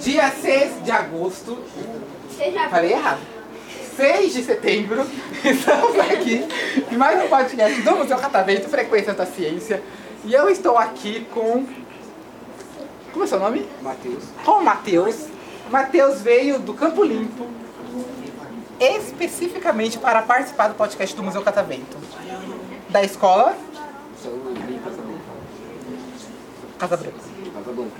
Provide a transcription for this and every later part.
Dia 6 de agosto, Seja falei errado. 6 de setembro, estamos aqui em mais um podcast do Museu Catavento, Frequências da Ciência. E eu estou aqui com. Como é seu nome? Matheus. com o Matheus. Matheus veio do Campo Limpo especificamente para participar do podcast do Museu Catavento. Da escola Sou de Casa Branca. Casa Branca. Casa Branca.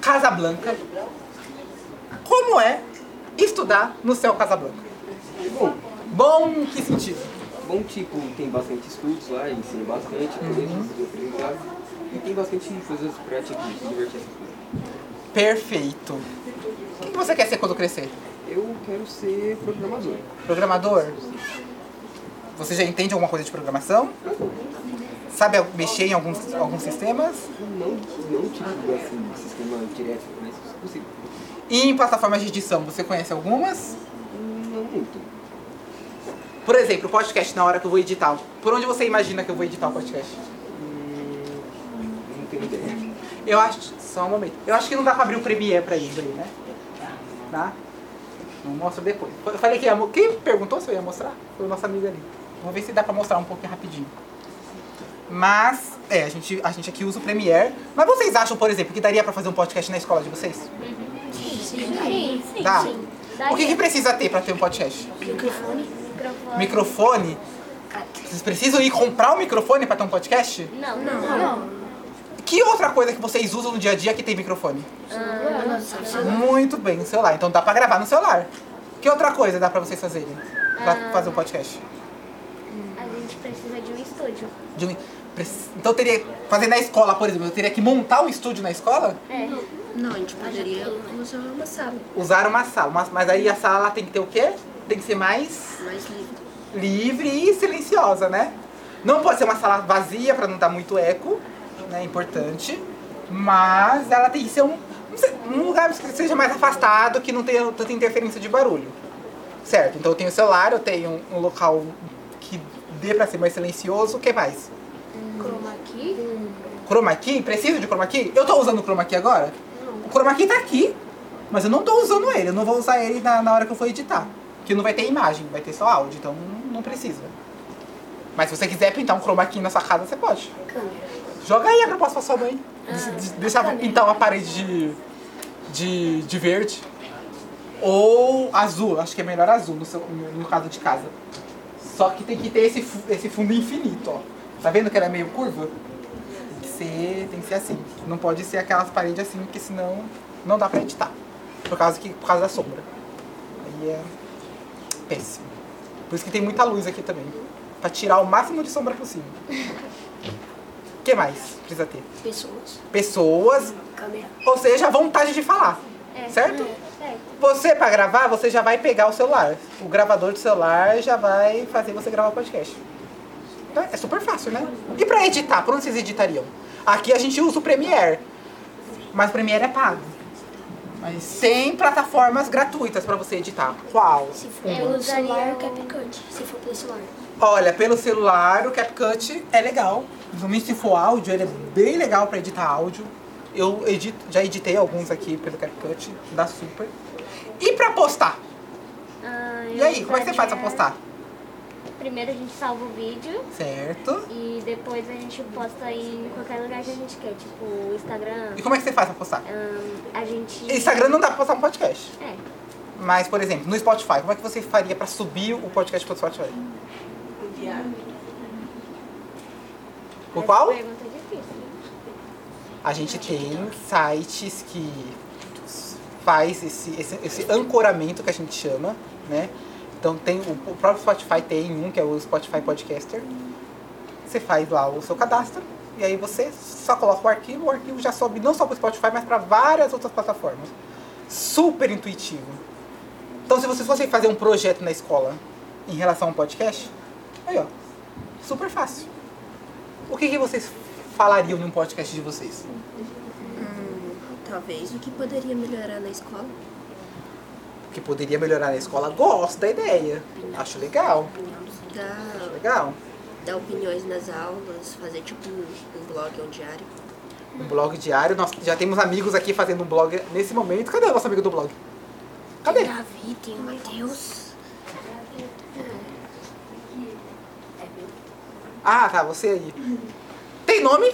Casa Blanca. Como é estudar no céu Casa Blanca? É Bom, Bom em que sentido? bom tipo, tem bastante estudos lá, ensina bastante, coisas de aprendizado. E tem bastante coisas práticas, divertidas. Perfeito. O que você quer ser quando crescer? Eu quero ser programador. Programador? Você já entende alguma coisa de programação? Sabe mexer em alguns, alguns sistemas? Não, não tipo assim, sistema direto, mas tipo assim, possível. E em plataformas de edição, você conhece algumas? Não muito. Por exemplo, o podcast na hora que eu vou editar. Por onde você imagina que eu vou editar o podcast? Hum, não tenho ideia. Eu acho. Só um momento. Eu acho que não dá pra abrir o Premiere pra isso aí, né? Tá? Não mostro depois. Eu falei que ia. mo- Quem perguntou se eu ia mostrar? Foi o nosso amigo ali. Vamos ver se dá pra mostrar um pouquinho rapidinho. Mas, é, a gente, a gente aqui usa o Premiere. Mas vocês acham, por exemplo, que daria pra fazer um podcast na escola de vocês? Sim, sim. Dá? Daria. Tá. O que, que precisa ter pra ter um podcast? Microfone. Microfone? Vocês precisam ir comprar um microfone pra ter um podcast? Não, não, não. Que outra coisa que vocês usam no dia a dia que tem microfone? Muito bem, o celular. Então dá pra gravar no celular. Que outra coisa dá pra vocês fazerem? Pra fazer um podcast? A gente precisa de um estúdio. De um- preci- Então teria. Fazer na escola, por exemplo, eu teria que montar um estúdio na escola? É. Uhum. Não, a gente poderia usar uma sala Usar uma sala. Mas, mas aí a sala ela tem que ter o quê? Tem que ser mais mais livre. livre e silenciosa, né? Não pode ser uma sala vazia pra não dar muito eco, né? Importante. Mas ela tem que ser um, não sei, um lugar que seja mais afastado, que não tenha tanta interferência de barulho. Certo, então eu tenho celular, eu tenho um local que dê pra ser mais silencioso, o que mais? Chroma aqui. Chroma key? Preciso de chroma key? Eu tô usando o chroma key agora? O chroma key tá aqui, mas eu não tô usando ele. Eu não vou usar ele na, na hora que eu for editar. Porque não vai ter imagem, vai ter só áudio, então não- não precisa. Mas se você quiser pintar um chroma key na sua casa, você pode. Joga aí a proposta pra sua mãe. De- de- Deixar pintar uma parede de, de, de verde. Ou azul, acho que é melhor azul no, seu- no- no caso de casa. Só que tem que ter esse, fu- esse fundo infinito, ó. Tá vendo que ela é meio curva? Tem que ser, tem que ser assim. Não pode ser aquelas paredes assim, porque senão não dá pra editar. Por causa, que, por causa da sombra. Aí é péssimo. Por isso que tem muita luz aqui também. Pra tirar o máximo de sombra possível. O que mais precisa ter? Pessoas. Pessoas, Câmera. ou seja, a vontade de falar. É. Certo? Certo. Você, pra gravar, você já vai pegar o celular. O gravador do celular já vai fazer você gravar o podcast. Então, É super fácil, né? E pra editar, por onde vocês editariam? Aqui a gente usa o Premiere. Mas o Premiere é pago. Mas tem plataformas gratuitas pra você editar. Qual? Se for Eu pelo usaria celular, o- É, o CapCut. Se for pelo celular. Olha, pelo celular, o CapCut é legal. Principalmente se for áudio, ele é bem legal pra editar áudio. Eu edito, já editei alguns aqui pelo CapCut, dá super. E pra postar? Ah, E eu aí, como é que você faz pra usaria- postar? Primeiro a gente salva o vídeo. Certo. E depois a gente posta em qualquer lugar que a gente quer, tipo o Instagram. E como é que você faz pra postar? Ahn, a gente. Instagram não dá pra postar um podcast. É. Mas, por exemplo, no Spotify, como é que você faria pra subir o podcast pro Spotify? O essa qual? Pergunta é difícil. A gente tem sites que faz esse, esse, esse ancoramento que a gente chama, né? Então tem o, o próprio Spotify tem um que é o Spotify Podcaster. Você faz lá o seu cadastro e aí você só coloca o arquivo, o arquivo já sobe não só para o Spotify, mas para várias outras plataformas. Super intuitivo. Então se vocês fossem fazer um projeto na escola em relação a um podcast, aí ó, super fácil. O que, que vocês falariam num podcast de vocês? Talvez o que poderia melhorar na escola. O que que poderia melhorar na escola, gosto da ideia. Acho legal. Acho Dar, legal. dar opiniões nas aulas, fazer tipo um blog ou um diário. Um blog diário. Nós já temos amigos aqui fazendo um blog nesse momento. Cadê o nosso amigo do blog? Cadê? Davi, tem um o Matheus. Ah, tá, você aí. Tem nome?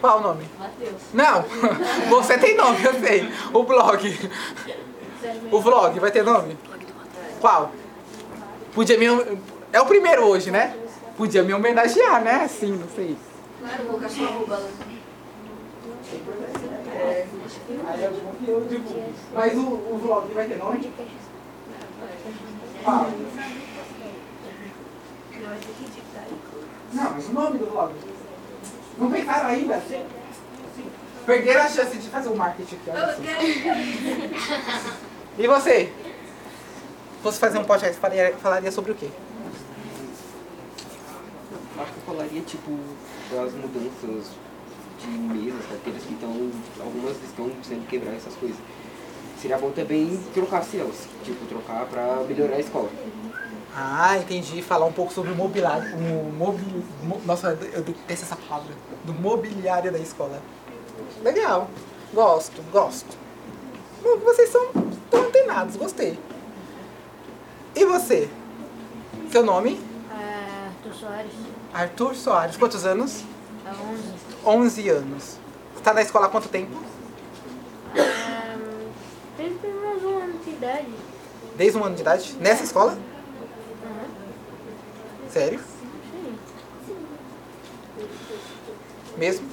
Qual o nome? Matheus. Não, você tem nome, eu sei. O blog. O vlog vai ter nome? Qual? Podia me. É o primeiro hoje, né? Podia me homenagear, né? Assim, não sei. Claro, vou cachorro arroba né? lá. Mas o, vlog vai ter nome? Qual? Não, mas o nome do vlog. Não pensaram ainda? assim, Perderam a chance de fazer o marketing aqui. olha só. E você? Fosse fazer um podcast, falaria, falaria sobre o quê? Acho que eu falaria, tipo, das mudanças de mesas, carteiras que estão. Algumas estão precisando quebrar essas coisas. Seria bom também trocar céus, tipo, trocar pra melhorar a escola. Ah, entendi. Falar um pouco sobre o mobiliário. O mobi... mo- Nossa, eu detesto essa palavra. Do mobiliário da escola. Legal. Gosto, gosto. Bom, Vocês são tão antenados, gostei. E você? Seu nome? Ah, Arthur Soares, Arthur Soares. Quantos anos? a 11. 11 anos. Está na escola há quanto tempo? Ah, tem pelo menos um ano de idade. Desde um ano de idade? Nessa escola? Sério? Mesmo?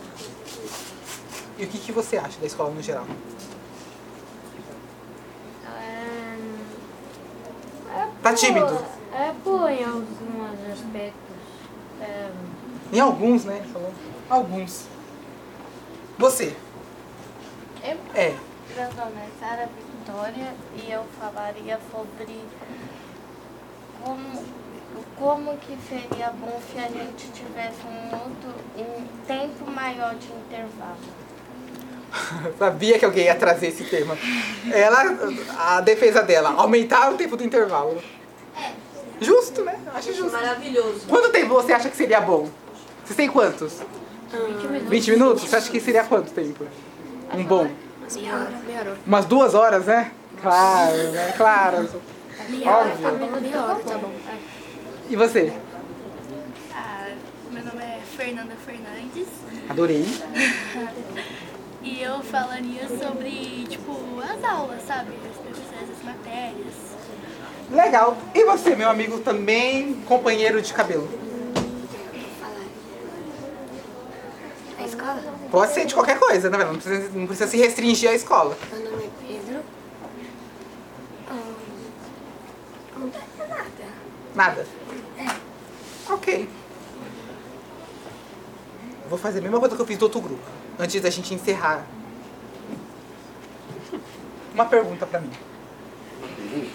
E o que, que você acha da escola no geral? É, Ah, é Tá boa- tímido. É boa em alguns aspectos. Ah, Em alguns, né? Ele falou. Alguns. Você? Eu? É. Meu nome é Sara Vitória e eu falaria sobre como, como que seria bom se a gente tivesse um outro um tempo maior de intervalo. Sabia que alguém ia trazer esse tema. Ela, a defesa dela, aumentar o tempo do intervalo. Justo, né? Acho justo. Maravilhoso. Quanto tempo você acha que seria bom? Vocês têm quantos? 20 minutos? Você acha que seria quanto tempo? Um bom. Meia hora. Meia hora. Umas duas horas, né? Claro, né? Claro. Óbvio. Meia hora, tá bom. E você? Ah, meu nome é Fernanda Fernandes Adorei. e eu falaria sobre, tipo, as aulas, sabe? As professoras, as matérias. Legal. E você, meu amigo, também companheiro de cabelo? A escola? Pode ser de qualquer coisa, né? velho? Não precisa, não precisa se restringir à escola. Meu nome é Pedro. Ah, não dá nada. É. Nada. Ok. Vou fazer a mesma coisa que eu fiz do outro grupo, antes da gente encerrar. Uma pergunta pra mim. Pergunta.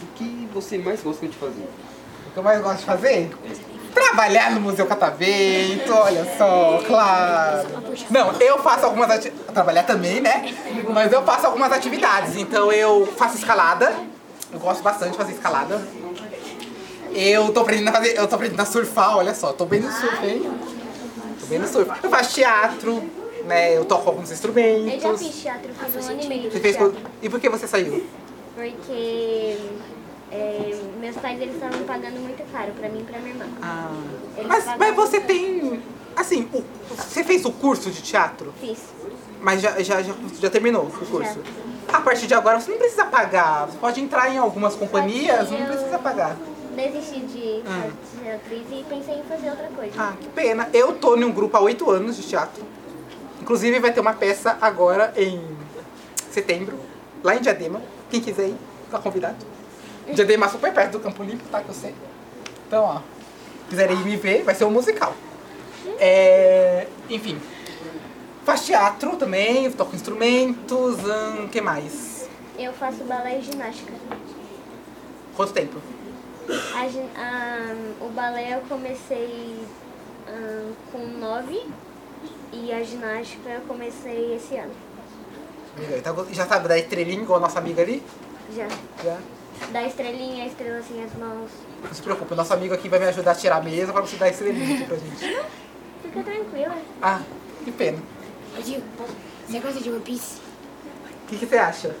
O que você mais gosta de fazer? O que eu mais gosto de fazer? Trabalhar no Museu Catavento, olha só, claro. Não, eu faço algumas atividades. Trabalhar também, né? Mas eu faço algumas atividades. Então eu faço escalada. Eu gosto bastante de fazer escalada. Eu tô aprendendo a fazer. Eu tô aprendendo a surfar, olha só, tô bem no surf, hein? Tô bem no surf. Eu faço teatro, né? Eu toco alguns Eu já fiz instrumentos. teatro, fiz um ano e meio Então, Você de fez. co- teatro. E por que você saiu? Porque é, meus pais eles estavam pagando muito caro pra mim e pra minha irmã. Ah. Mas, mas você tem. Assim, o- você fez o curso de teatro? Fiz. Mas já, já, já, já terminou o curso? A partir de agora você não precisa pagar. Você pode entrar em algumas companhias, não precisa pagar. Desisti de Ah. ser atriz e pensei em fazer outra coisa. Ah, que pena. Eu tô em um grupo há oito anos de teatro. Inclusive vai ter uma peça agora em setembro, lá em Diadema. Quem quiser ir, tá convidado. Diadema é super perto do Campo Limpo, tá? Que eu sei. Então, ó. Quiserem ir me ver, vai ser um musical. É, enfim. Faço teatro também, toco instrumentos, o que mais? Eu faço balé e ginástica. Quanto tempo? A gin- a- o balé eu comecei ah, com nove e a ginástica eu comecei esse ano. Amiga, tá go- já sabe da estrelinha igual a nossa amiga ali? Já. Já. Dá estrelinha, estrela assim, as mãos. Não se preocupe, o nosso amigo aqui vai me ajudar a tirar a mesa pra você dar estrelinha aqui pra gente. Fica tranquila. Ah, que pena. Ô, Diego, posso- você gosta de One Piece? O que, que você acha?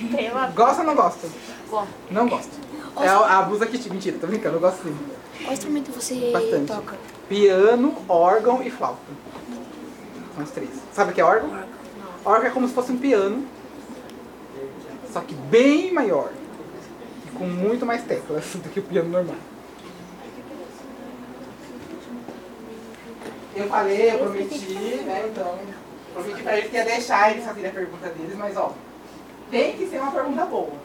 Estrela Gosta ou não gosta? Gosto. Não gosto. É a, a blusa que te. Mentira, tô brincando, eu gosto sim. Qual instrumento você Bastante. toca? Piano, órgão e flauta. São os três. Sabe o que é órgão? Órgão é como se fosse um piano, só que bem maior. E com muito mais teclas do que o piano normal. Eu falei, eu prometi, né? Então, prometi pra eles que ia deixar eles fazerem a pergunta deles, mas ó, tem que ser uma pergunta boa.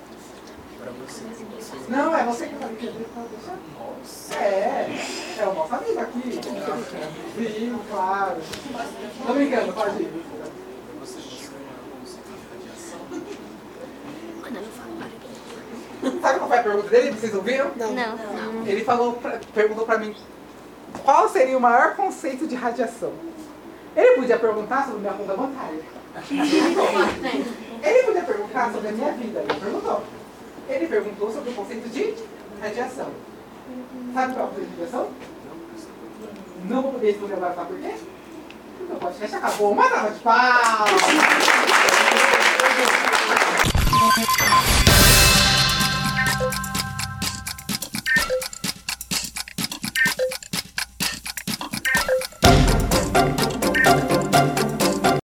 Não, é você que vai É, é o nosso amigo aqui. Sim, claro. Tô brincando, pode ir. Mano, eu não falo árabe. Sabe qual foi a pergunta dele? Vocês ouviram? Não. Ele falou pra- perguntou pra mim qual seria o maior conceito de radiação. Ele podia perguntar sobre minha conta bancária. Ele podia perguntar sobre a minha vida. Ele perguntou. Ele perguntou sobre o conceito de radiação. Sabe qual é o conceito de radiação? Não vou poder responder agora, sabe por quê? Porque o podcast acabou. Uma salva de palmas!